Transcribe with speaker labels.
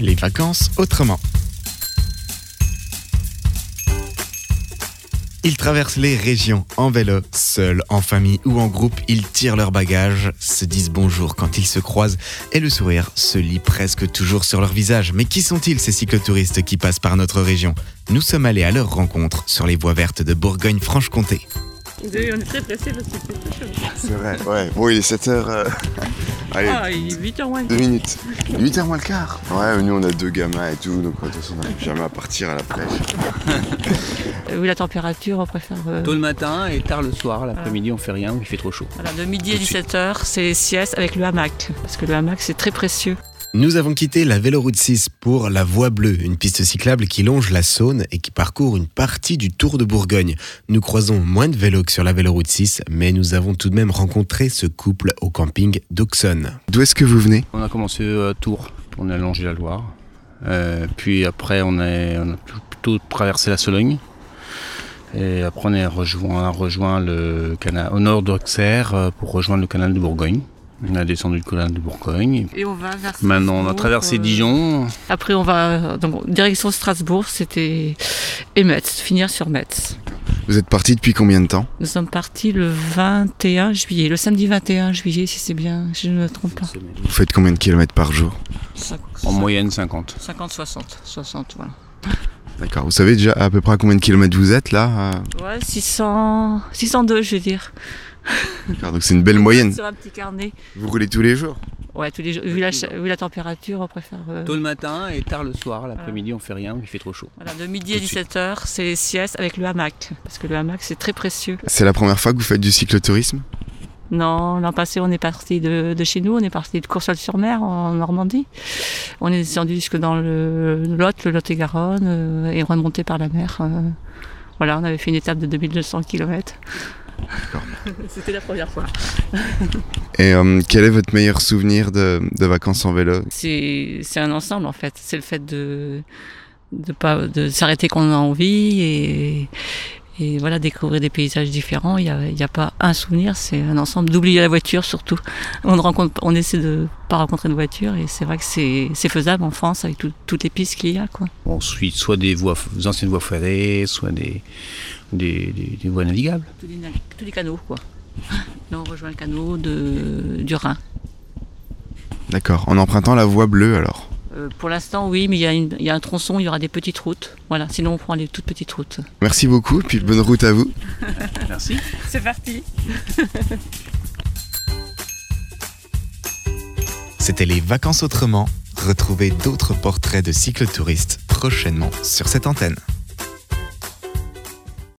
Speaker 1: Les vacances autrement. Ils traversent les régions en vélo, seuls, en famille ou en groupe. Ils tirent leurs bagages, se disent bonjour quand ils se croisent et le sourire se lit presque toujours sur leur visage. Mais qui sont-ils ces cyclotouristes qui passent par notre région Nous sommes allés à leur rencontre sur les voies vertes de Bourgogne-Franche-Comté.
Speaker 2: Désolé, on est très pressé parce qu'il fait très chaud.
Speaker 3: C'est vrai, ouais. Bon, il est 7h. Allez,
Speaker 2: Ah, il est 8h moins.
Speaker 3: deux minutes. 8h moins le quart. Ouais, nous on a deux gamins et tout, donc de toute façon on n'arrive jamais à partir à la plage.
Speaker 2: Vu Euh, la température, on préfère. euh,
Speaker 4: Tôt le matin et tard le soir, l'après-midi on fait rien, il fait trop chaud.
Speaker 2: Voilà, de midi à
Speaker 4: Tout de suite.
Speaker 2: 17h, c'est les siestes avec le hamac. Parce que le hamac, c'est très précieux.
Speaker 1: Nous avons quitté la Véloroute 6 pour la Voie Bleue, une piste cyclable qui longe la Saône et qui parcourt une partie du Tour de Bourgogne. Nous croisons moins de vélos que sur la Véloroute 6, mais nous avons tout de même rencontré ce couple au camping d'Auxonne.
Speaker 3: D'où est-ce que vous venez
Speaker 4: On a commencé euh, à Tours, on a longé la Loire, Euh, puis après on, est- on a tout- plutôt traversé la Sologne, et après on est rejoint, on a rejoint le canal au nord d'Auxerre euh, pour rejoindre le canal de Bourgogne. On a descendu le canal de Bourgogne.
Speaker 2: Et on va vers. euh,
Speaker 4: Maintenant on a traversé Dijon,
Speaker 2: Après, on va. euh, Donc, direction Strasbourg, c'était. Et Metz, finir sur Metz.
Speaker 3: Vous êtes parti depuis combien de temps
Speaker 2: Nous sommes partis le 21 juillet, le samedi 21 juillet, si c'est bien, si je ne me trompe pas.
Speaker 3: Vous faites combien de kilomètres par jour
Speaker 4: en moyenne 50.
Speaker 2: 50, 60, 60, voilà.
Speaker 3: D'accord. Vous savez déjà à peu près à combien de kilomètres vous êtes là euh,
Speaker 2: Ouais, 600, 602, je veux dire.
Speaker 3: D'accord, donc c'est une belle moyenne.
Speaker 2: Sur un petit carnet.
Speaker 3: Vous roulez tous les jours
Speaker 2: Ouais, tous les jours. Vu la, cha- vu la température, on préfère. euh,
Speaker 4: Tôt le matin et tard le soir, l'après-midi on fait rien, il fait trop chaud.
Speaker 2: Voilà, de midi à
Speaker 4: Tout de suite.
Speaker 2: 17h, c'est les siestes avec le hamac. Parce que le hamac, c'est très précieux.
Speaker 3: C'est la première fois que vous faites du cyclotourisme
Speaker 2: Non, l'an passé, on est parti de, de chez nous, on est parti de Courseul-sur-Mer, en Normandie. On est descendu jusque dans le Lot, le Lot-et-Garonne, euh, et remonté par la mer. euh. voilà, on avait fait une étape de 2200 km. C'était la première fois.
Speaker 3: Et euh, quel est votre meilleur souvenir de, de vacances en vélo
Speaker 2: C'est c'est un ensemble, en fait. C'est le fait de, de, pas, de s'arrêter quand on a envie et, et voilà, découvrir des paysages différents. Il n'y a, il y a pas un souvenir, c'est un ensemble. D'oublier la voiture, surtout. On, ne rencontre, on essaie de pas rencontrer de voiture et c'est vrai que c'est c'est faisable en France avec tout- toutes les pistes qu'il y a. Quoi.
Speaker 4: On suit soit des voies, des anciennes voies ferrées, soit des, des, des- des voies navigables.
Speaker 2: Tous, les, na- tous les canaux, quoi. Là, on rejoint le canot de, du Rhin.
Speaker 3: D'accord, en empruntant la voie bleue alors.
Speaker 2: Euh, pour l'instant, oui, mais il y, a une- il y a un tronçon, il y aura des petites routes. Voilà, sinon on prend les toutes petites routes.
Speaker 3: Merci beaucoup, puis bonne route à vous.
Speaker 4: Merci.
Speaker 2: C'est parti
Speaker 1: C'était les vacances autrement. Retrouvez d'autres portraits de cyclotouristes prochainement sur cette antenne.